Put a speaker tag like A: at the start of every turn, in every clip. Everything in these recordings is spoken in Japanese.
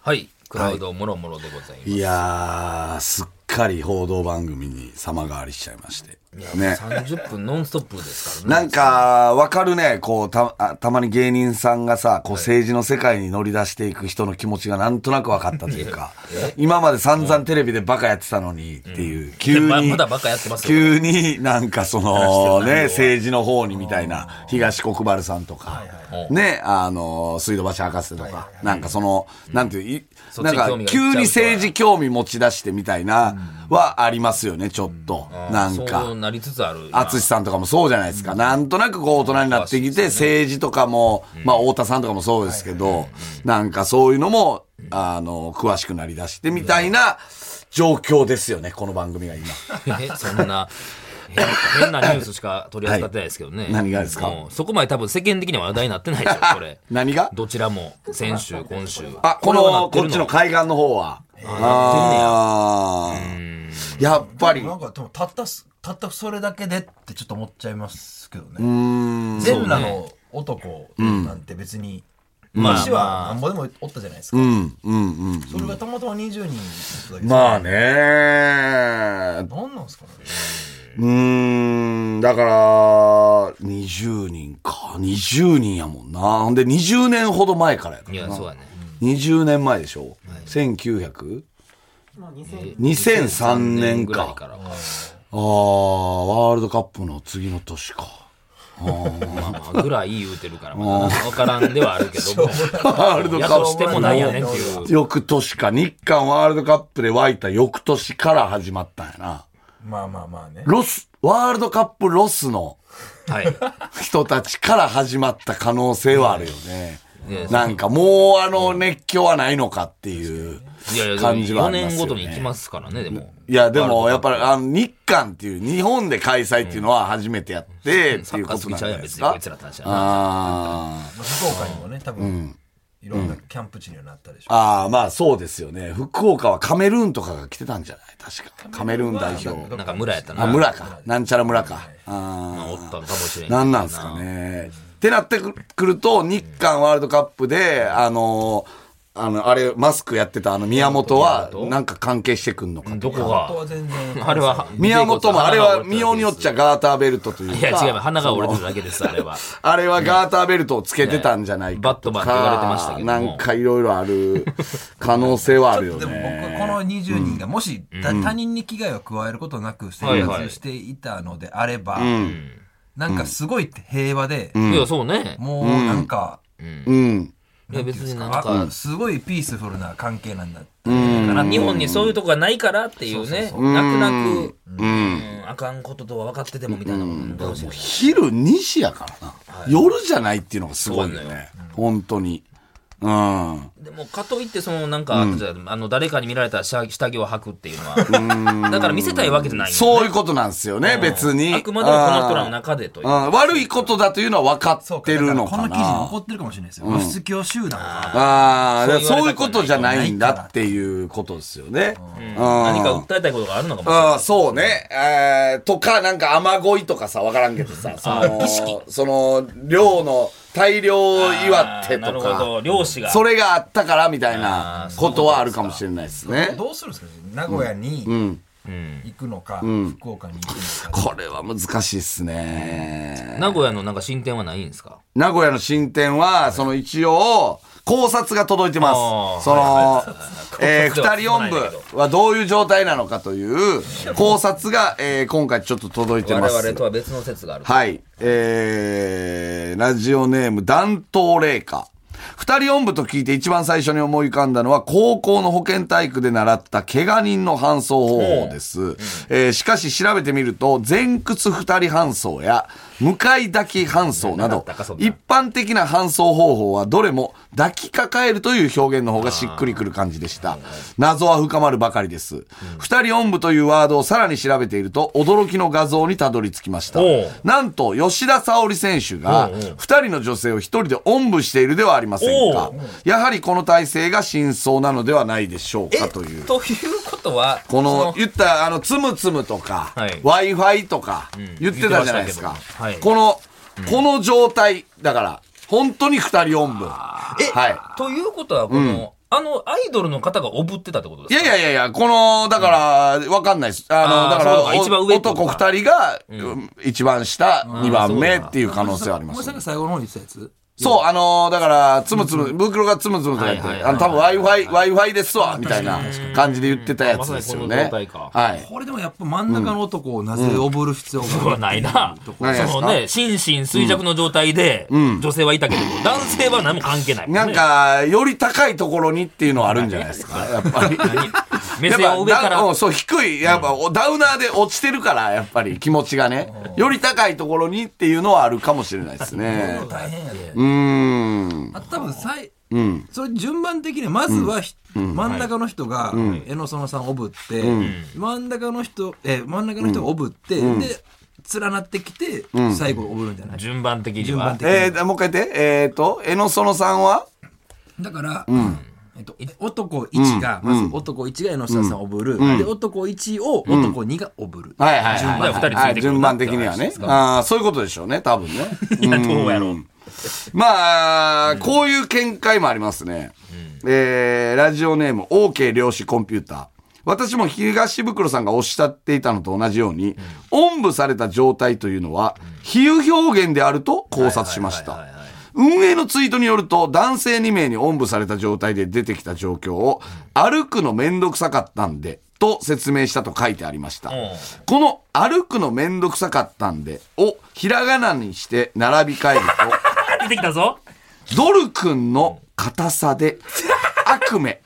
A: はい。クラウドもろもろでございます。
B: いやー、すっかり報道番組に様変わりしちゃいまして。ね。
A: 30分ノンストップですから
B: な
A: ね。
B: んか、わかるね。こう、た、あたまに芸人さんがさ、こう、政治の世界に乗り出していく人の気持ちがなんとなくわかったという か、今まで散々テレビでバカやってたのにっていう、急
A: ま
B: に
A: まだバカやってますよ
B: 急になんかそ
A: して
B: の、
A: る内容は
B: ね、政治の方にみたいな、東国原さんとか、ね、あの、水道橋博士とか、なんかその、なんていう
A: そ
B: い、
A: っち
B: なん
A: に興
B: か
A: 味がいっちゃう
B: 急
A: と
B: に政治興味持ち出してみたいな、はありますよね、ちょっと。なんか。
A: そうなりつつある。
B: 淳さんとかもそうじゃないですか、なんとなくこう大人になってきて、政治とかも、まあ、太田さんとかもそうですけど、なんかそういうのもあの詳しくなりだしてみたいな状況ですよね、この番組が今。
A: えそんな。変変なニュースしか取り扱ってないですけどね。
B: い何がですか
A: うんそこまで多分世間的には話題になってないでしょ、これ。
B: 何が
A: どちらも、先週、今週。
B: あこ
A: れはな
B: の
A: てる
B: こっちの海岸の方は。あーやっぱり
C: なんかでもたったすたったそれだけでってちょっと思っちゃいますけどね全裸の男なんて別に昔はなんぼでもおったじゃないですか、それがたまたま20人だけ
B: まあね
C: 何なんですかね
B: うーん、だから、20人か。20人やもんな。ほんで、20年ほど前からやから
A: い
B: な。
A: や、そうだね。
B: 20年前でしょ、1900 2003年
A: ぐ
B: から
A: いから。
B: ああワールドカップの次の年か
A: まあぐらい言うてるから、まだわからんではあるけども。
B: ワールド
A: や
B: カ
A: として
B: ップ
A: もなんやねんっていう。
B: 翌年か日韓ワールドカップで湧いた翌年から始まったんやな
C: まあまあまあね
B: ロスワールドカップロスの
A: はい。
B: 人たちから始まった可能性はあるよね
A: ね
B: なんかもうあの熱狂はないのかっていう
A: いやいや、
B: 感じは
A: 4
B: ありま
A: 年
B: す
A: ご
B: よ
A: とに行き
B: ね
A: ますからね、でも。
B: いや、でも、やっぱり、あの、日韓っていう、日本で開催っていうのは初めてやって、って
A: サ
B: いう
A: ッカ
B: こ
A: ー
B: と
A: 好き
B: なん
A: ち
B: じ
A: ゃ
B: ゃ
A: う
B: な
A: やん、
B: いで
A: 別
B: す
A: にこ
B: か
A: いつらたちやな。
B: あー
C: 福岡にもね多分、いろんなキャンプ地にはなったでしょ、
B: あー、まあそうですよね。福岡はカメルーンとかが来てたんじゃない確か。カメルーン代表。
A: なんか村やったな。
B: あ、村か。なんちゃら村か。あ
A: おったかもしれ
B: ー
A: ん。
B: なんなんですかね。ってなってくると、日韓ワールドカップで、あのー、あの、あれ、マスクやってたあの宮本は、なんか関係してくんのか。
A: どこ
C: あとは
A: が。
C: 全然
A: あれは、
B: 宮本も、あれは、見ようによっちゃ
A: い
B: ガーターベルトというか。
A: や、違う、鼻が折れてるだけです、あれは。
B: あれはガーターベルトをつけてたんじゃないかとか、
A: ねバットマンって言われてましたけども
B: なんかいろいろある可能性はあるよ
C: でも僕
B: ね。
C: はこの20人がもし、た他人に危害を加えることなく生活していたのであれば、なんかすごい平和で、
A: いや、そうね。
C: もうなんか、
B: うん。
A: いや、別になん
C: あ
A: か、
C: すごいピースフルな関係なんだったんじゃないかな
A: 日本にそういうとこがないからっていうね、泣く泣く、うんあかんこととは分かっててもみたいなもんかもしれない。
B: 昼2時やからな。夜じゃないっていうのがすごいよ
A: そうなのよ
B: ね。本当に。うん。
A: でも、かといって、その、なんか、あの、誰かに見られたら下下着を履くっていうのは、だから見せたいわけじゃないよね
B: そういうことなんですよね、別に。
A: あくまでもこの人らの中でという
B: うん。うん悪いことだというのは分かってるのかな。
C: そうだらこの記事残ってるかもしれないですよ。不出教集団とか。
B: ああ、だから
A: そう
B: そう
A: 言わ
B: い
A: れ
B: う
A: たくな
B: こ
A: い
B: とじゃないんだっていうことですよね。うん
A: 何か訴えたいことがあるのかもしれ
B: ああ、そうね。えー、とか、なんか雨乞いとかさ、わからんけどさ、その、その、量の、大量
A: ない。
B: 祝って
A: なる
B: と
A: ほど、
B: か、
A: 漁師が。
B: それがあったからみたいなことはあるかもしれないですね。
C: どうするんですか名古屋に行くのか、福岡に行くのか。
B: これは難しいっすね。
A: 名古屋のなんか進展はないんですか
B: 名古屋の進展は、その一応、考察が届いてま
A: あー
B: す。その、えー、
A: 考察では
B: 二人四部はどういう状態なのかという考察が、えー今回ちょっと届いて
A: 我
B: ます。
A: 々とは別の説がある。
B: はい。えー、ラジオネーム、断頭霊下。二人音部と聞いて一番最初に思い浮かんだのは高校の保健体育で習った怪我人の搬送方法です。えーしかし調べてみると前屈二人搬送や向かい抱き搬送な
A: な
B: ど
A: かったかそんな
B: 一般的な搬送方法はどれも抱きかかえるという表現の方がしっくりくる感じでした。謎は深まるばかりです。二、人音部というワードをさらに調べていると驚きの画像にたどり着きました
A: おう。
B: なんと吉田沙保里選手が
A: うんうん
B: 2人の女性を1人でおんぶしているではありませんか
A: お
B: やはりこの体勢が真相なのではないでしょうかという
A: ということは、
B: この
A: そ
B: 言ったらあのつむつむとか
A: はい
B: w i f i とか言ってたじゃないです
A: 言っ
B: か
A: てましたけどはい
B: このこの状態だから本当に2人おんぶはい
A: ということは、この、あの、アイドルの方がおぶってたってこと
B: い
A: です
B: や
A: か
B: いやいやいや、この、だから、わかんないです。あの、
A: あー
B: だ
A: そうか一
B: から、
A: 番
B: お
A: 上ってこと
B: 男
A: か
B: 二人が、うん一番下、二番目っていう可能性はありま
D: お前
B: す
D: さっ。き最後の方に言ってたやつ
B: そう、あの、だから、つむつむ、袋がつむつむとか言っ
A: はいはい
B: て、
A: はい
B: あの、多分 Wi-Fi、Wi-Fi ですわ、みたいな感じで言ってたやつですよね。
A: まさにこの状態か
B: はい。
D: これでもやっぱ真ん中の男をなぜおぶる必要がある
A: はないな。そ
B: ないですか
A: のね、心身衰弱の状態で、女性はいたけど、男性は何も関係ない。
B: なんか、より高いところにっていうのはあるんじゃないですか、やっぱり。
A: 目線を上か
B: やっぱ
A: ら
B: ダウンうんそう、低い。やっぱ、ダウナーで落ちてるから、やっぱり気持ちがね。より高いところにっていうのはあるかもしれないですね。
C: 大変やで
B: うーん。
D: あ多分さい、それ順番的にまずはひ、真ん中の人が江野園さんをおぶって、真ん中の人え真ん中の人がおぶって、で連なってきて、最後おぶるんじゃない、
A: 順番的に
D: 順番
A: は
D: 的。に、
B: えー、もう一回言って。えっと、江野園さんは
D: だから、えっと、男1が、まず男1が江ノ下さんをおぶる、で男1を男2がおぶる、
B: はいはいはい。
D: 順番
A: だから二人ついてくる
B: はい順番的にはね。ああ、そういうことでしょうね、多分ね。
A: いや、どうやろう。
B: まあ、こういう見解もありますね。えーラジオネーム、OK 量子コンピューター。私も東袋さんがおっしゃっていたのと同じように、おんぶされた状態というのは、比喩表現であると考察しました。運営のツイートによると、男性2名におんぶされた状態で出てきた状況を、歩くのめんどくさかったんで、と説明したと書いてありました。この歩くのめんどくさかったんでをひらがなにして並び替えると、
A: 出てきたぞ。
B: ドル君の硬さで悪夢、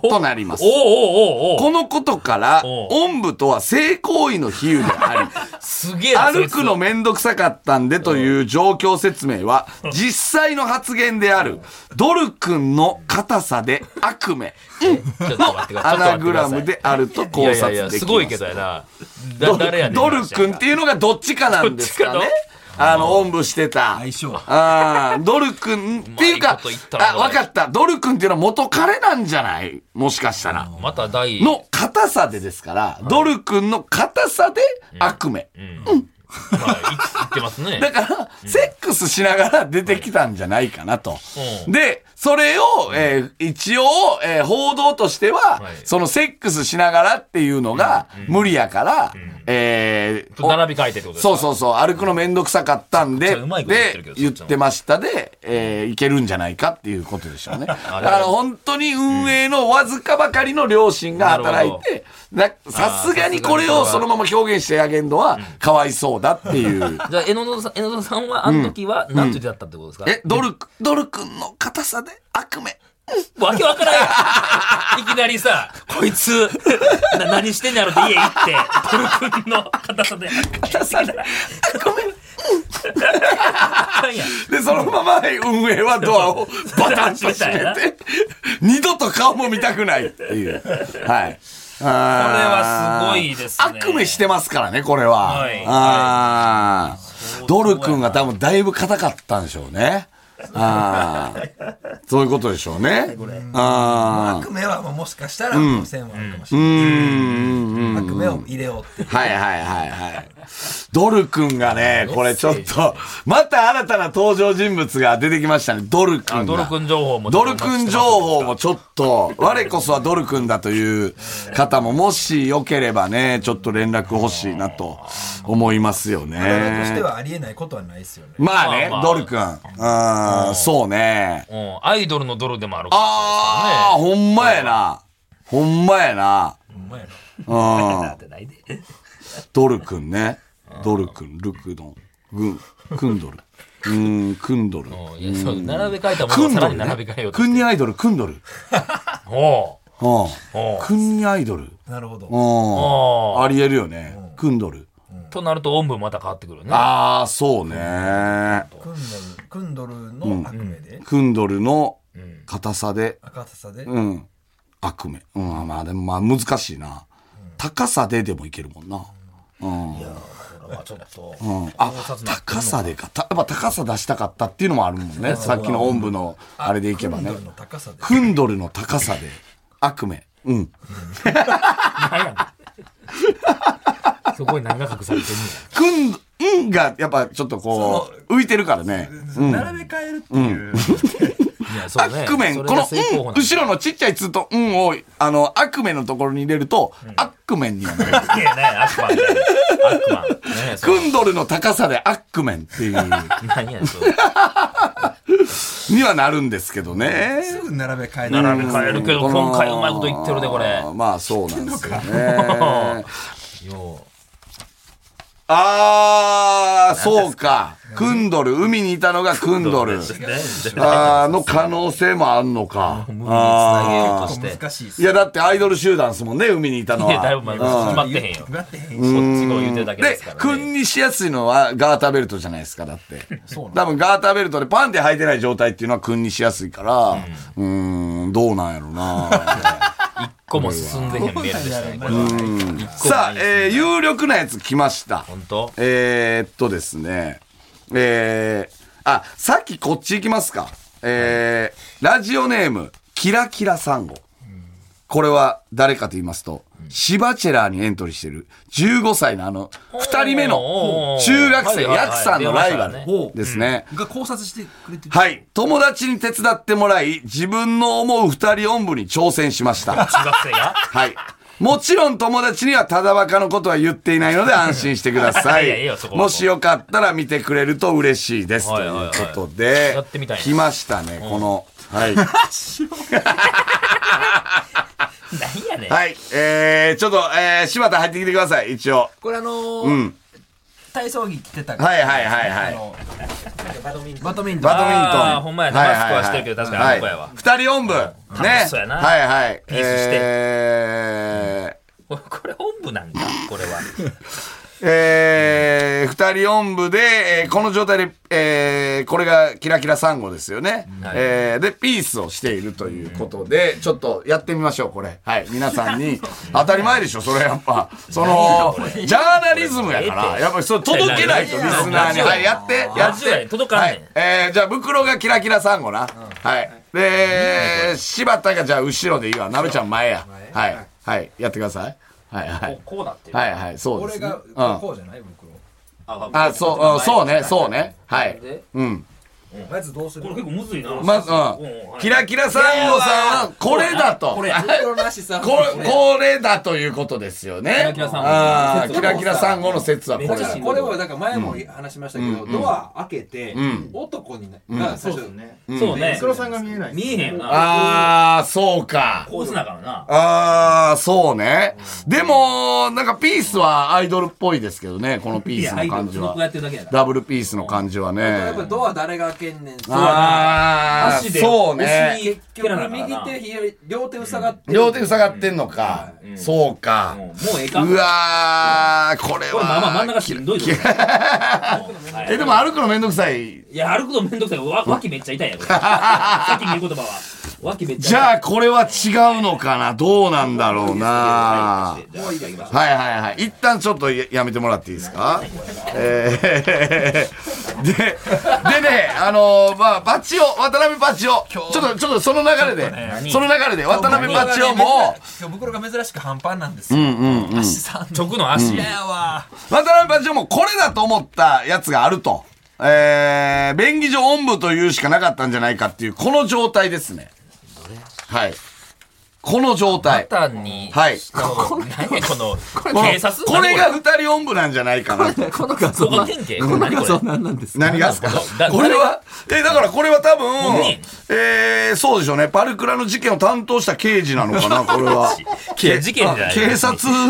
B: うん、となります
A: お。おおうおうおう
B: このことから、
A: お
B: おんぶとは性行為の比喩であり、
A: すげえなそ
B: 歩
A: いつ
B: くのめんどくさかったんでという状況説明は、実際の発言である、ドル君の硬さで悪夢、
A: ちょっと待ってください
B: アナグラムであると
A: い
B: 考
A: やいや
B: 察でき
A: いや
B: ます。
A: すごいけどやなだ
B: ド
A: 誰やね
B: ルド
A: ん
B: ル君っていうのがどっちかなんですか
A: どっ
B: ね
A: ち。
B: あの、おんぶしてた。
D: 相性
B: ああ、ドル君っていう
A: うまい
B: か
A: こと言った、な
B: あ、
A: これ
B: わかった。ドル君っていうのは元彼なんじゃないもしかしたら。
A: また第
B: の硬さでですから、ドル君の硬さで悪夢。
A: まあ言ってますね
B: だから、セックスしながら出てきたんじゃないかなと。
A: うん
B: で、それを、えー一応、えー報道としては、
A: はい
B: そのセックスしながらっていうのが無理やから、えー
A: 並び替えてってことですか
B: そうそうそう、歩くのめんどくさかったん
A: めち
B: で
A: ゃくちゃうまい、こと言ってるけ
B: で
A: ど、
B: 言ってましたで、えーいけるんじゃないかっていうことでしょうね。だか
A: なる
B: ら
A: ほど
B: 本当に運営のわずかばかりの両親が働いて、なさすがにこれをそのまま表現してあげるのは、かわいそうだっていう。
A: じゃあ江野さん江野さんはあの時は何て言ってたってことですか
B: え、ドルク、ドル君の硬さで悪夢。
A: わけわからんや んいきなりさこいつな何してんやろって家行ってトル君の硬さで
B: 硬さで悪夢。
A: あかんや ん
B: で、そのまま運営はドアをバタンと閉めて、二度と顔も見たくないっていう。はい。これ
A: はすごいですね
B: 悪夢してますからね、これは。
A: はい
B: あードル君が多分だいぶ硬かったんでしょうね。あーそういうことでしょうね。あ
C: 悪名はもしかしたら無線はあるかもしれ
B: ーう
C: ない、
B: んうんうん
C: 悪名を入れようって
B: はいはいはいはい。ドル君がね、これちょっと、また新たな登場人物が出てきましたね、ドル君が。
A: ドル君情報も
B: ドル君情報もちょっと、我こそはドル君だという方も、もしよければね、ちょっと連絡欲しいなと思いますよ
C: 体として
B: ね。
C: はありえないことはないですよね
B: まあね
A: まあまあ、
B: ドル君。うん、そうね。
A: うんアイドルのドルでもある
B: あー、ほんまやな。ほんまやな。
C: ほんまやな
B: うん。
A: あないで
B: ドル君ね。ドル君、ルクドン、グン、クンドル。うーん、クンドル。
A: うんいやそう並べ替えたもの
B: ク
A: を
B: ンド
A: さら
B: ル、
A: に並べ替えよ
B: ね
A: う。と
B: クンニアイドル、クンドル。うん。
A: おうおう
B: クンニアイドル。
C: なるほど
B: うん。
A: おう
B: ありえるよね。クンドル。
A: となると音部また変わってくるよね。
B: ああ、そうね。
C: クンドルクンドルの悪名で
B: クンドルの硬さで、
C: 赤さで
B: うん、悪名。うん、まあでもまあ難しいな。高さででもいけるもんな。
A: これはちょっと。
B: うん、あ、高さでか。たやっぱ高さ出したかったっていうのもあるもんね。さっきの音部のあれでいけばね
C: クンド。ルの高さで
B: クンドルの高さで悪名。うん。
A: なんやねんそこに何が隠されてんね
B: クン、うんがやっぱちょっとこう、浮いてるからね。
C: 並べ替えるっていう
A: やそうね
B: 悪面、
A: それ
B: こ
A: が
B: の、
A: 正攻法
B: う、
A: なんんだ
B: 後ろのちっちゃい「つ」と「うん」を、あの、悪面のところに入れると、悪面になる。
A: いやね、悪魔みたいな。悪魔。ねそ
B: ク
A: う
B: ンドルの高さで悪面っていう、
A: 何やねんそう。
B: にはなるんですけどね。
C: すぐ並べ替え
A: 並べ替えるけど、
B: この
A: 今回うまいこと言ってるね、これ。
B: まあ、そうなん ですよね。
A: よ
B: あー、そうか。クンドル、海にいたのがクンドル。
A: う。ね
B: あーの可能性もあんのか。
A: 無理につなげよう
B: あ
A: とし
B: ー
A: て。
C: 難しいっす
B: いや、だってアイドル集団ですもんね、海にいたの
A: いや、だいぶ
B: は。
A: 前です決まってへんよ。こ
C: なってへんし
A: っちの言うてるだけで
B: です
A: か、ら
B: 君
A: ね。
B: にしやすいのはガーターベルトじゃないですか、だって。
C: そうなん
B: 多分ガーターベルトでパンで履いてない状態っていうのは君にしやすいから、うーん、どうなんやろな。
A: 一個も進んでへんメールでしたね、これは。一個も
B: さあ、
A: ない
B: えー、有力なやつ来ました。
A: 本当
B: えー、っとですね、えー、あ、さっきこっち行きますか。えー、ラジオネーム、キラキラサンゴ。これは誰かと言いますと、シバチェラーにエントリーしてる15歳のあの、2人目
A: お
B: の
A: ー
B: 中学生、
A: はいはいはい
B: ヤクさんのライバ
A: 出ま
B: ル
A: し
B: ですね。
D: が考察してくれてる。
B: はい。友達に手伝ってもらい、自分の思う二人音部に挑戦しました。
A: 中学生が
B: はい。もちろん友達にはただバカのことは言っていないので安心してください。
A: いやいやそこは
B: もしよかったら見てくれると嬉しいです。
A: はいはいはい
B: ということで、
A: やってみたいな
B: 来ましたね、この。はい。
A: 何やねん。
B: はい。えー、ちょっと、えー、柴田入ってきてください、一応。
C: これあのー
B: うん。
C: 体操着着てたから
B: はいはいはいはい
C: あ。のバドミントン
B: バドミントン。
A: あーほんまやなマスクはしてるけど確かにあの子やわ
B: はい二人音部。ね。
A: 楽しそうやな
B: はいはい。
A: ピースして
B: えー
A: これこれ本部なんだ、これは。
B: えー、二人音部で、えーこの状態で、えーこれがキラキラサンゴですよね。
A: はい
B: えーで、ピースをしているということで、ちょっとやってみましょう、これ。はい。皆さん に、当たり前でしょ、それやっぱ。その、ジャーナリズムやから、やっぱりそれ届けないと、リスナーに。はい、やって、や
A: ラ
B: っ
A: ジオや
B: て
A: ね。届かんねん
B: はい、えーじゃあ、袋がキラキラサンゴな。はい。で、柴田がじゃあ、後ろでいいわ。なべちゃん前や。はい。はい。やってください。はいはい。
A: こうなってる。
B: はいはい、そうで
C: 俺
B: す、ね。
C: が
B: うん
C: こうじゃない僕を
B: あ、そう、うんそうね、そうね。はい。うん。
C: まずどうする
A: これ結構むずいな。
B: まず、
A: うん
B: うん。キラキラサンゴさんは、これだと。これ、
D: 袋の足さん
B: これだということですよね。キ
A: ラキラサンゴ
B: あーキラキラサンゴの説はこ
D: こ
B: れ
D: れ
B: だ
D: これもなんか前も話しましたけど、ドア開けて、男にな、が最初、
A: そうね。
E: 黒さんが見えない。
A: 見えへんよな。
B: ああ、そうか。
A: こうすなあからな。
B: ああ、そうね。でも、なんかピースはアイドルっぽいですけどね、このピースの感じ
A: 僕が
B: は。
A: やってるだけやな。
B: ダブルピースの感じは
D: やっぱ
B: ね。
D: ドア誰が開けんねん。
B: ああ、
A: 足で
B: そうね。
D: 結局右手左両手塞がって
B: 両手塞がってんのか。そうか。
A: もうもうええか。
B: うわー、これ
A: これまあまあ真ん
B: は。
A: 中しんどいぞ。うんはい
B: え、でも歩くのめんどくさい。
A: いや、歩くのめんどくさい。わ脇めっちゃ痛い やろ。さっきの言う言葉は。脇めっちゃ痛い。
B: じゃあ、これは違うのかなどうなんだろうな
A: じゃあいただきます
B: はいはいはい。一旦ちょっとややめてもらっていいですかえー、 で、でね、あのーまあ、バチオ、渡辺バチオ。ちょっと、ちょっとその流れで、その流れで、渡辺バチオも、
C: 今日袋が珍しく半端なんですよ、足さん
A: 直の足。
C: だよわ
B: 渡辺パチオもこれだと思ったやつがあると。えー、便宜上音部というしかなかったんじゃないかっていう、この状態ですね。はい。この状態。
A: 肩に。
B: はい。
A: この何やこの、
B: この
A: 警察
B: これが二人音部なんじゃないかなと。
D: この画像
A: この
D: は
A: 典型
D: この
A: 何こ
D: 画
A: れ
D: 像何なんですか
B: 何がですか
A: だ
B: これは、え、だからこれは多
A: もう
B: 分
A: 見えん、
B: えー、そうでしょうね。パルクラの事件を担当した刑事なのかな、これは。
A: いや事件じゃない
B: 警察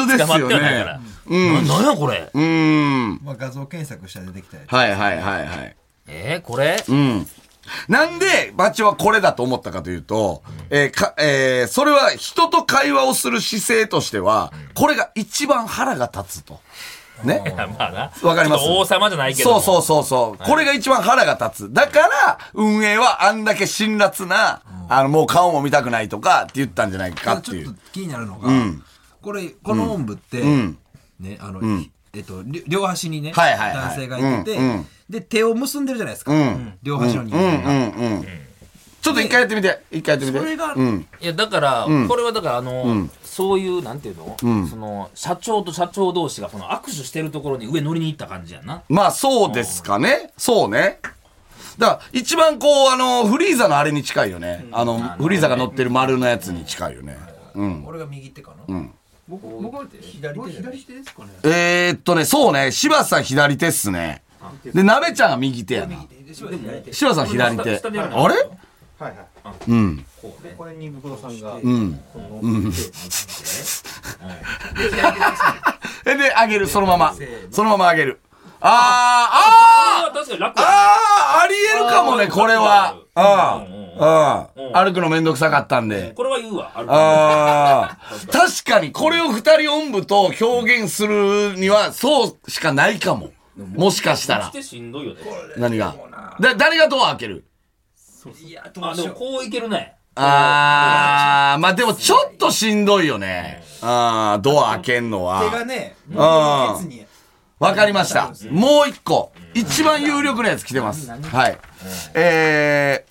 B: です
A: 捕まって
B: よ
A: はないか
B: ね
A: ら。。うん。何やこれ。
B: うーん。
C: まあ画像検索したら出てきたやつ
B: はいはいはいはい。
A: えー、これ
B: うん。なんで、バチはこれだと思ったかというと、えーか、えーそれは人と会話をする姿勢としては、これが一番腹が立つと。ね。
A: まあな。
B: わかります
A: ちょっと王様じゃないけ
B: そ
A: ど。
B: うそうそうそう。これが一番腹が立つ。だから、運営はあんだけ辛辣な、あの、もう顔も見たくないとかって言ったんじゃないか
D: ただ
B: ってい
D: ちょっ
B: う
D: と。気になるのが、これこの音部って、ねあの、えっとり両端にね、
B: はいはいはい
D: 男性がいてて、
B: うんうん
D: で手を結んでるじゃないですか、
B: うん
D: 両端の人
B: うんう
D: 間が、
B: んうん。ちょっと一回やってみて。一回やってみて。
D: それが
B: うん。
A: いやだから、これはだからあの、そういうなんていうの、その社長と社長同士がその握手してるところに上乗りに行った感じやな
B: まあそうですかね。そうね。だから、一番こう、あの、フリーザのあれに近いよね。あの、フリーザが乗ってる丸のやつに近いよね。うん。
C: 俺が右手かな
E: 僕僕は
C: 左手じゃない
E: 左手ですかね
B: えー、っとね、そうね、柴田さん左手っすね。で、鍋ちゃんが右手やな。柴田さん左手。
A: 下にあるの
B: あれ
E: はいはい
B: うん。
E: ここにブクロさんが
B: うん。
E: このうん
B: え、で、あげる、そのまま。そのままあげる。
A: あ
B: あーあー
A: あ、確かに楽
B: あーありえるかもね、これは。あ
A: うんうんうん
B: あ
A: うん
B: あ歩くのめんどくさかったんで。
A: これは言うわ。ある
B: ああ、確かにこれを二人音部と表現するにはそうしかないかも。もしかした
A: し
B: ら
A: て。しんどいよね。
B: 何がだ、誰がドア開ける
A: あ、でもこういけるね。
B: ああ、まあでもちょっとしんどいよね。ああ、ドア開けんの
E: 手が
B: は。
E: ね
B: ん
E: もうケツに
B: わかりました。もう一個。一番有力なやつ来てます。はい。え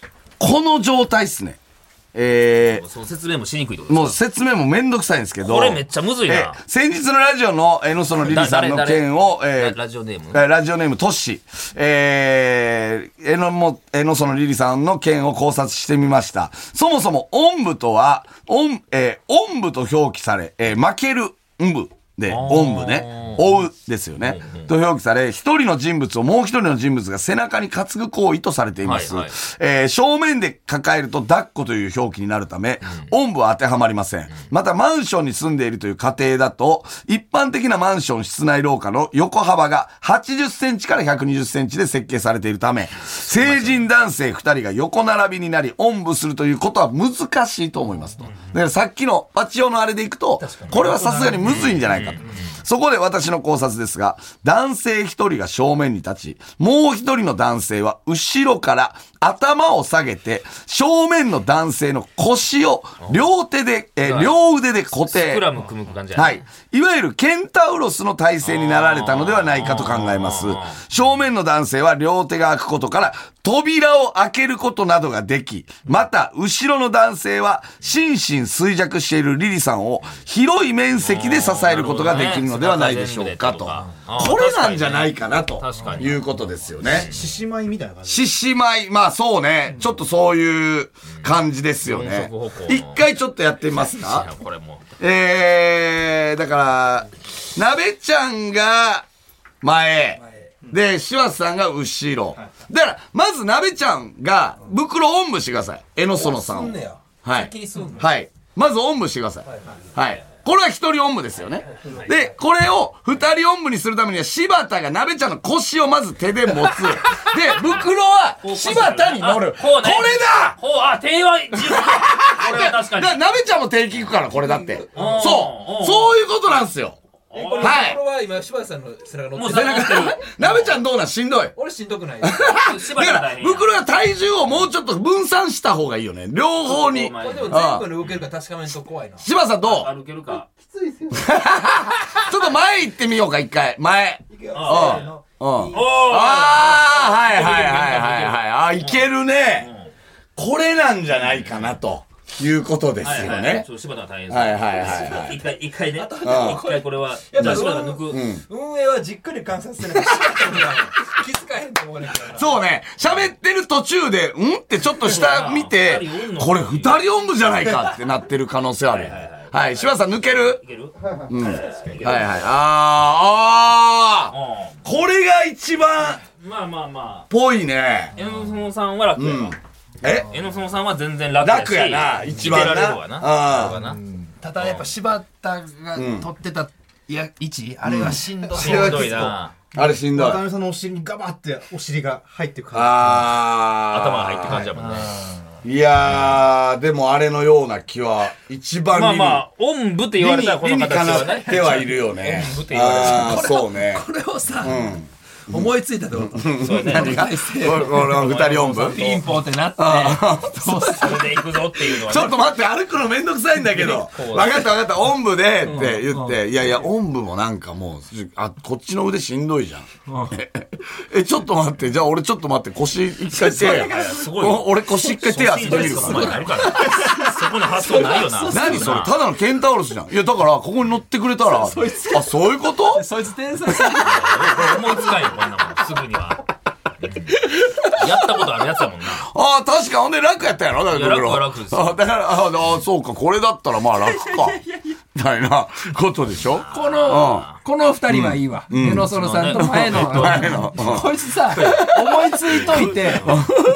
B: ー、この状態っすね。えー、
A: その説明もしにくいってこと
B: も
A: で
B: う
A: す
B: 説明もめんどくさいんですけ
A: か
B: ど。
A: これめっちゃむずい
B: え
A: な。
B: 先日のラジオの、えのそのリリさんの
A: だ誰誰
B: 件を、え
A: ラ
B: ー
A: ラジオネーム
B: えーラジオネームトッシー。えー、えのも、えのそのリリさんの件を考察してみました。そもそも、音部とは、音、えー、音部と表記され、えー負ける、ん部で、音部ね、追うですよね。と表記され、一人の人物をもう一人の人物が背中に担ぐ行為とされています。
A: はいはい
B: えー正面で抱えると抱っこという表記になるため、音部は当てはまりません。また、マンションに住んでいるという家庭だと、一般的なマンション室内廊下の横幅が80センチから120センチで設計されているため、成人男性2人が横並びになり、音部するということは難しいと思いますと。だからさっきのパチオのあれでいくと、これはさすがにむずいんじゃないかと。そこで私の考察ですが、男性一人が正面に立ち、もう一人の男性は後ろから頭を下げて、正面の男性の腰を両手で、えー両腕で固定
A: スク。ラム組む感じやね
B: はい。いわゆるケンタウロスの体勢になられたのではないかと考えます。正面の男性は両手が開くことから、扉を開けることなどができ、また、後ろの男性は、心身衰弱しているリリさんを、広い面積で支えることができるのではないでしょうかと。
A: あー
B: これなんじゃないかなと
A: 確かに
B: いうことですよね。
E: 獅子舞みたいな感じ
B: 獅子舞、まあそうね、ちょっとそういう感じですよね
A: うん四足歩行。の
B: 一回ちょっとやってみますか
A: いやこれも
B: えー、だから、鍋ちゃんが前、で、柴田さんが後ろ。だから、まず鍋ちゃんが、袋をおんぶしてください。江の園さんを。はい。はい。まずおんぶしてください。はい。これは一人おんぶですよね。で、これを二人おんぶにするためには、柴田が鍋ちゃんの腰をまず手 で持つ。で、袋は柴田に乗る。
A: あ
B: これ
A: うね
B: だ
A: こうあ手は自由これは確かに
B: だなべちゃんも手聞くから、これだって。
A: う
B: そ
A: ん
B: う。そういうことなんすよ。
D: これ
B: はい
D: これは今柴田さんの背中乗
A: も
D: っ
A: う
D: てる
A: 背中 って
B: なべちゃんどうなんしんどい。
D: 俺しんどくない
A: 柴
B: だ
A: 田
B: か
A: み
B: ら
A: たい、に
B: 袋は体重をもうちょっと分散した方がいいよね。両方に。
D: これでも
B: あ
D: 前後に動けるから確かめると怖いな
B: 柴田さんどう
A: 歩けるか
B: ちょっと前行ってみようか、一回。前。
A: あ
B: うん
A: ー
B: うん。
A: おー
B: ああー、はいはいはいはいはい。あーいけるね。これなんじゃないかな、ということです
A: はい
B: よ
A: はい
B: ね
A: ちょ。っと柴田が大変
B: はい
A: で
B: はいはい
A: す
B: は
A: 一回一回ね
B: ん
A: 一回これはじ
E: やっ
A: ゃあ
E: ぱ
A: 柴田抜く
B: い。
E: 運営はじっくり観察する
D: 気づかへんと思うねんけどな
B: そうね、喋ってる途中で、うんってちょっと下見て
A: 二人おん、の
B: これ二人音部じゃないかってなってる可能性ある。はい、柴田さん抜ける
A: いける
B: はいはい。あー、あ
A: う
B: ー、これが一番
A: んまあまあまあ
B: ぽいね。
A: 江ノ園さんは楽やわ
B: え
A: 江ノ園さんは全然楽や
B: 楽
A: し
B: やな、一番
A: いけられるわな
B: な。うん。
C: た
A: な
C: だやっぱ柴田が取ってたいや位置あれはしんどい
A: しんどいな
B: あれしんどい。
E: 渡辺さんのお尻にガバってお尻が入ってく感
B: あー。
A: 頭が入って感じやもんね
B: いやー、でもあれのような気は、一番
A: まあ
B: 理
A: まあおんぶって言われたらこ
B: に、理
A: の
B: に
A: 形
B: かな
A: は
B: っ
A: ね
B: てはいるよね
A: おんぶっ。て言われた
B: あー、そうね。
D: これをさ思いついたってこと
A: そうやね
B: がこの二人音部
D: ピンポンってなってそうっす
A: それで行くぞっていうのは
B: ち
A: ね
B: ょっと待って、歩くのめんどくさいんだけど。分かった分かった、おんぶでって言って、いやいや、おんぶもなんかもう、あ、こっちの腕しんど いじゃん。え、ちょっと待って、じゃあ俺ちょっと待って、腰一回手や。
A: すごいよ
B: お俺腰一回手やってみるか
A: そこに
B: ら。
A: そこに発想ないよな
B: 何それただのケンタウロスじゃん。いや、だから、ここに乗ってくれたら、あ、そういうこと
D: そいつ天才すぎる
A: 思いつかんよこんなもんすぐにはやったことあるやつだもんな。
B: ああ、確か、ほんで楽やったやろだから
A: いや楽は
B: 袋
A: 楽ですよ
B: あーだから、あーあー、そうか、これだったらまあ楽か。みたいなことでしょ
D: この、この二人はいいわ。江野園さんと前の。
B: 前のうん
D: こいつさ、思いついといて、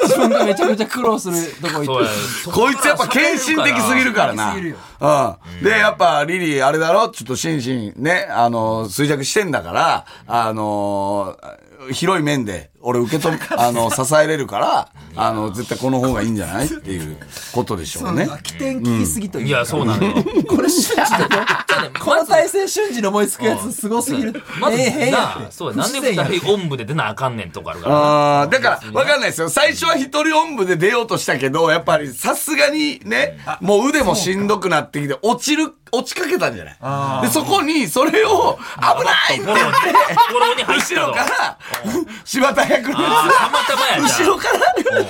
D: 自分がめちゃめちゃ苦労するとこ行
A: そう
D: っ
A: や
D: て。
B: こいつやっぱ献身的すぎるからな。
D: すぎるよ
B: うん。で、やっぱリリーあれだろちょっと心身ね、あの、衰弱してんだから、あの、広い面で俺受け止め、あの、支えれるから、あの、絶対この方がいいんじゃないっていうことでしょうね。
D: 起点聞きすぎと
A: い
D: いう
A: や、
D: か。
A: そうなのよ。
D: こ れ瞬時だよ。この体勢瞬時に思いつくやつすごすぎる。
A: まず、
D: ええ変や
A: なあ、そうや。なんで二人おんぶで出なあかんねんとかあるからな。
B: あーだから、わかんないですよ。最初は一人音部で出ようとしたけど、やっぱりさすがにね、もう腕もしんどくなってきて、落ちる、落ちかけたんじゃないで、そこに、それを、危ないって
A: フォロ
B: 言
A: ーに
B: って、、
A: フォローに入っ
B: 後
A: た
B: ろ
A: と。
B: か
A: あ
B: ら、 柴田役の
A: あ
B: や
A: ー、たまたまやな。
B: つ、後ろから、
A: で、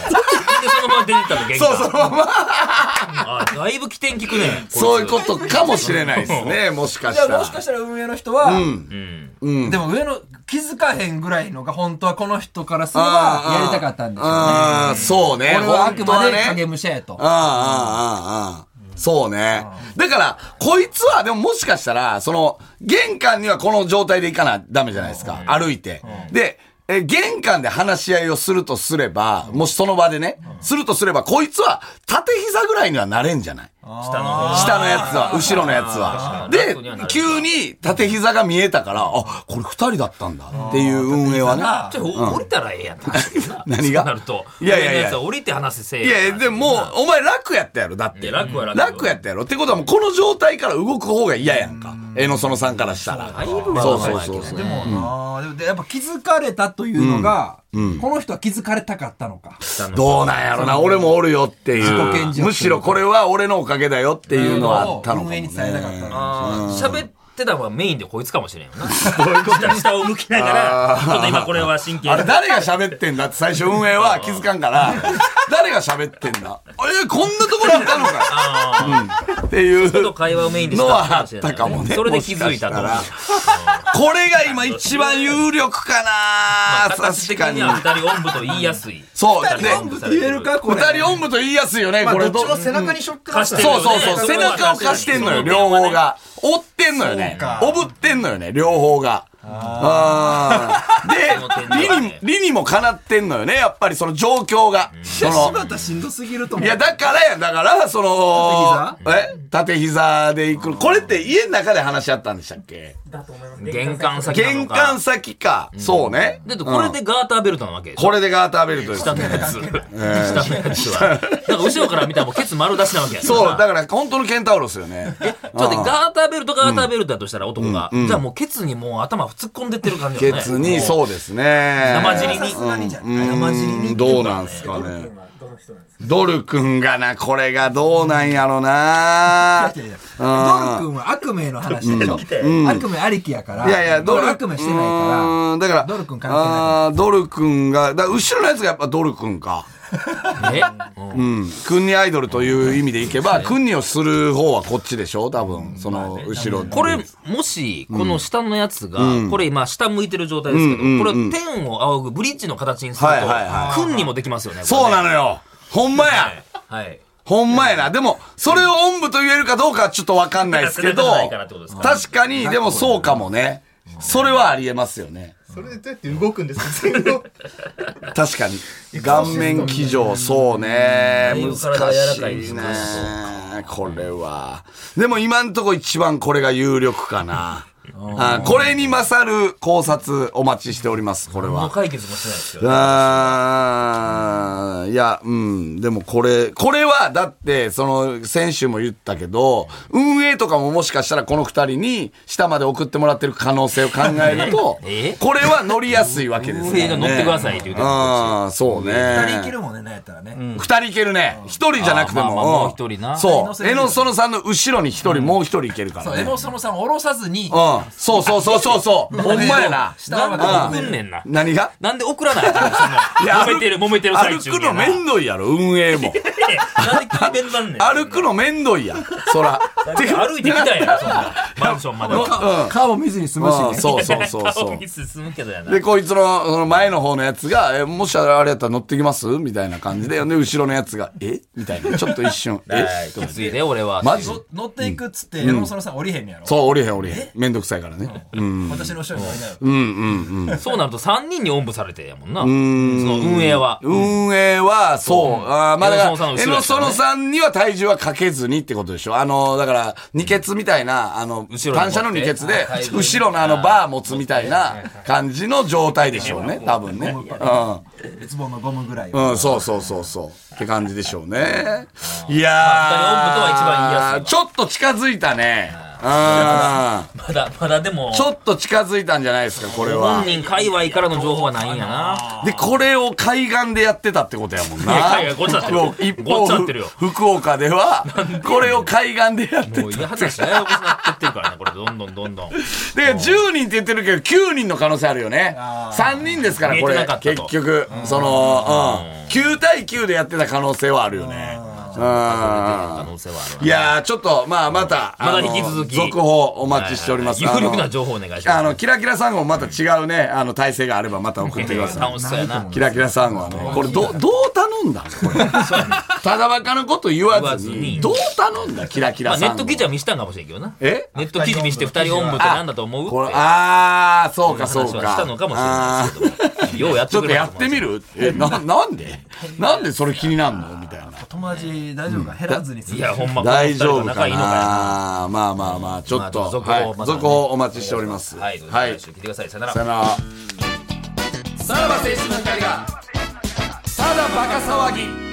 A: そのまま出てったの、玄関。
B: そう、そのまま、
A: あーだいぶ起点聞くね。
B: そういうことかもしれないですね、もしか
D: じゃ
B: し
D: あ
B: た。
D: もしからしたら運営の人は、
A: うん。
D: でも上の気づかへんぐらいのが本当はこの人からすれ
B: あ
D: ば
B: ー
D: やりたかったんでしょうね。
B: あーそうね。
D: 俺はあ
B: 本
D: くま
B: 当は
D: で
B: ね
D: 影武者やと。
B: ああ、ああ、ああ。そうね。だから、こいつは、でももしかしたら、その、玄関にはこの状態で行かなダメじゃないですか。歩いて。で、え、玄関で話し合いをするとすれば、もしその場でね、するとすれば、こいつは縦膝ぐらいにはなれんじゃない
A: 下の方。
B: 下のやつは、後ろのやつは。
A: 確か
B: で
A: に楽にはな、る
B: 急に縦膝が見えたから、あ、これ二人だったんだっていう運営はね。
A: ちょ、降りたらええやんって話だけどな。
B: 何が
A: そうなると。
B: いやいやいや
A: 上のつは降りて話せせえ
B: いやいや、でももう、お前楽やったやろ、だっ
A: い
B: て。
A: や楽は楽
B: やったやろ。ってことはもう、この状態から動く方が嫌やんか。江野園さんからしたら。
A: だいぶわ
B: そう
A: がま
B: そうそ
A: まやけど
B: う
A: ね
B: そう
D: で。もなあでもでやっぱ気づかれたというのが、この人は気づかれたかったのか。
A: 下の方
B: どうなんやろな、俺もおるよってい。
D: 自己顕示欲といううか
B: むしろこれは俺のおかげだよっていうのはあったのかも
D: 運営
B: ね
D: に。伝えたかったのか。
A: あー喋ってたのはメインでこいつかもしれん よな。下下を向きながら、ちょっと今これは神経。
B: あれ誰が喋ってんだって最初運営は気づかんから、誰が喋ってんだえ、こんなところにいたのか
A: あー
B: っていう
A: ちょっと会話をメインでし
B: の
A: た
B: はあったかもね。
A: それで気づいたと
B: もしかしたらこれが今一番有力かな
A: 形
B: 確
A: 的
B: かに
A: に。は二人おんぶと言いやすい。
B: そう。
A: 二
B: で
A: 人おんぶされてる
D: 言えるかこれ。
B: 二人おんぶと言いやすいよね、
E: まあ
B: こ
E: ど
B: れ
E: っちも背中にしょってます
A: 貸して
E: ね
B: そうそうそう。
A: そう
B: 背中を貸してんのよ、
A: そうそうそ
B: 両
A: う
B: 方が。追ってんのよね。おぶってんのよね、両方が。あーで、理
A: その点では
B: に
A: ね、
B: 理にもかなってんのよね、やっぱりその状況が。その、
D: 柴田しんどすぎると思。
B: いうや、だからや、だから、その、え縦膝で行く。これって家の中で話し合ったんでしたっけ
A: 玄関先なの
B: 玄
A: か。
B: 関先か。そうね。
A: だってこれ
B: うん
A: でガーターベルトなわけでしょ
B: これでガーターベルトです
A: 下のやつ。 下のやつは。だから後ろから見たらもうケツ丸出しなわけやから
B: そう、
A: な
B: だから本当のケンタウロスよね。
A: ちょっとガーターベルトガーターベルトだとしたら男が、じゃあもうケツにもう頭突っ込んでってる感じ
B: ケ
A: だね。
B: ツに、そうですね。
A: 生尻に。
B: 生尻に。どうなんすかね。ドル君がな、これがどうなんやろな。
D: いやいやドル君は悪名の話でしょ。悪名ありきやから。
B: いやいや、
D: ドル悪名してないから。
B: うーんだから、
D: ドル君関係ない
B: あードル君が、だから後ろのやつがやっぱドル君か。
A: えうん
B: うん。君にアイドルという意味でいけば、君にをする方はこっちでしょ多分、その、後ろ。
A: これ、もし、この下のやつが、これ今下向いてる状態ですけど、これ天を仰ぐブリッジの形にする
B: はいはいは
A: と、君にもできますよね。
B: そうなの
A: よ。
B: よ。ほんま
A: は
B: や
A: い。はい。
B: ほんまやな。でも、それをおんぶと言えるかどうかはちょっとわかんないですけど
A: だからそれじゃないからってことです、か
B: 確かに、でもそうかもね。それはありえますよね。
E: それでどうやって動くんですか全部
B: 確かに。顔面騎乗、そうね。
A: だい
B: 難
A: ぶ体柔らかい
B: しいね
A: 難し。
B: これは。でも今んとこ一番これが有力かな。あこれに勝る考察お待ちしております、これ
A: もう
B: は。
A: 解決もしてないですよ。
B: あーいや、うん。でもこれ、これは、だって、その、先週も言ったけど、運営とかももしかしたらこの二人に、下まで送ってもらってる可能性を考えると
A: え、
B: これは乗りやすいわけですよ、ね。
A: 運営が乗ってくださいって言うてる
B: ああ、そうね。
D: 二人いけるもんね、なんやったらね。
B: 二人いけるね。一人じゃなくても。
A: あーまあまあもう一人な
B: そう。江野園さんの後ろに一人、もう一人いけるか
D: そ
B: ら
D: う、エ
B: ね。
D: モソノさんを下ろさずに、
B: んうん。そうそうそうそうそう。ほんまやな。
A: なんで送んねんな。
B: 何が
A: なんで送らないその、揉めてる、揉めてる最
B: 歩
A: 中
B: く
A: に
B: の
A: やな。
B: めんどいやろ、運営も。
A: ええなんで決めんなんねん。
B: 歩くのめんどいやん。そら。
A: だって歩いてみたいな、そんな。マンションまで。
B: うん
D: 顔見ずに済む
B: ああ
D: しね
B: そうそうそうそ
A: 顔
B: う
A: 見。進むけどやな。
B: で、こいつの、その前の方のやつが、え、もしあれやったら乗ってきますみたいな感じで、で、後ろのやつが、えみたいな。ちょっと一瞬、え
A: はいきついね、俺は。
B: マジ
C: の乗っていくっつって、山本さん降りへんのやろ
B: そう、折れへん折れへん。めんどくさいからね。
C: 私の後ろに降りない
B: うんうんうん。
A: そうなると3人におんぶされてやもんな。その運営は。
B: 運営は、そう。あーまあ、だ
A: 江野
B: か
A: 園さ
B: ら、
A: んの後
B: 江
A: ろ
B: 野
A: ですからね
B: 園さんには体重はかけずにってことでしょあの、だから、二欠みたいな、あの、
A: 後ろに
B: 単
A: 持って
B: 車の二欠で、後ろのあの、バー持つみたいな感じの状態でしょうね。多分ね。う
C: のズボンのゴムぐらいは
B: ん。うん、そうそうそうそう。って感じでしょうね。いや
A: まあ二人おんぶとは一番いいやつだ
B: ー、ちょっと近づいたね。うん。
A: まだ、まだでも、
B: ちょっと近づいたんじゃないですか、これは
A: 本。人界隈からの情報はないんやな。
B: で、これを海岸でやってたってことやもん
A: いや
B: な。
A: 海岸ごっちゃになってる
B: もう一
A: ごっ
B: 方
A: ちゃになってるよ
B: ふ福岡では、これを海岸でやって
A: もういい話ややこしなってってるからな、これ、どんどんどんどん。
B: で、10人って言ってるけど、9人の可能性あるよね。3人ですから、こ
A: 見え
B: れ
A: てなかっ。た
B: 結
A: と
B: 局、その、うん。9対9でやってた可能性はあるよね。
A: 可
B: う
A: 能性はある
B: ん。いやー、ちょっと、まあ、また、
A: まだ
B: あの
A: 引き続き
B: 続報お待ちしております。
A: はいはいはい有
B: あ
A: 力
B: の
A: な情報お願いします。
B: あの、キラキラさんごまた違うね、あの、体制があればまた送ってください。
A: 楽しそうやな。
B: キラキラさんはね、これど、どう頼んだこれ。ただバカのこと言わず
A: 言わず
B: に、
A: に
B: どう頼んだキラキ
A: ま
B: ラ
A: あ、ネ
B: さんを。
A: ット記事は見したんかもしれんけどな。
B: え
A: ネット記事見して二人おんぶってなんだと思う
B: これ
A: っ、て
B: あー、そうか、
A: 話は
B: そうか。
A: したのかもしれないですけども。ようや
B: あ
A: っ
B: ーちょっと
A: てくれ
B: やってみるえ、な、なんでなんでそれ気になんのみたいな。
C: 友達大丈夫か減らずにす
A: いや、ほんま、この二
B: 大
A: 人
B: 丈
A: は
B: 夫
A: 仲
B: か
A: いいのか
B: なまあまあまあ、ちょっと、
A: まあ続報
B: はい
A: またね
B: 続報お待ちしております。
A: な。はい、
B: は
A: はいい、。聞いてください。さよなら
B: さ。よなら。さらば青春の光が、ただバカ騒ぎ。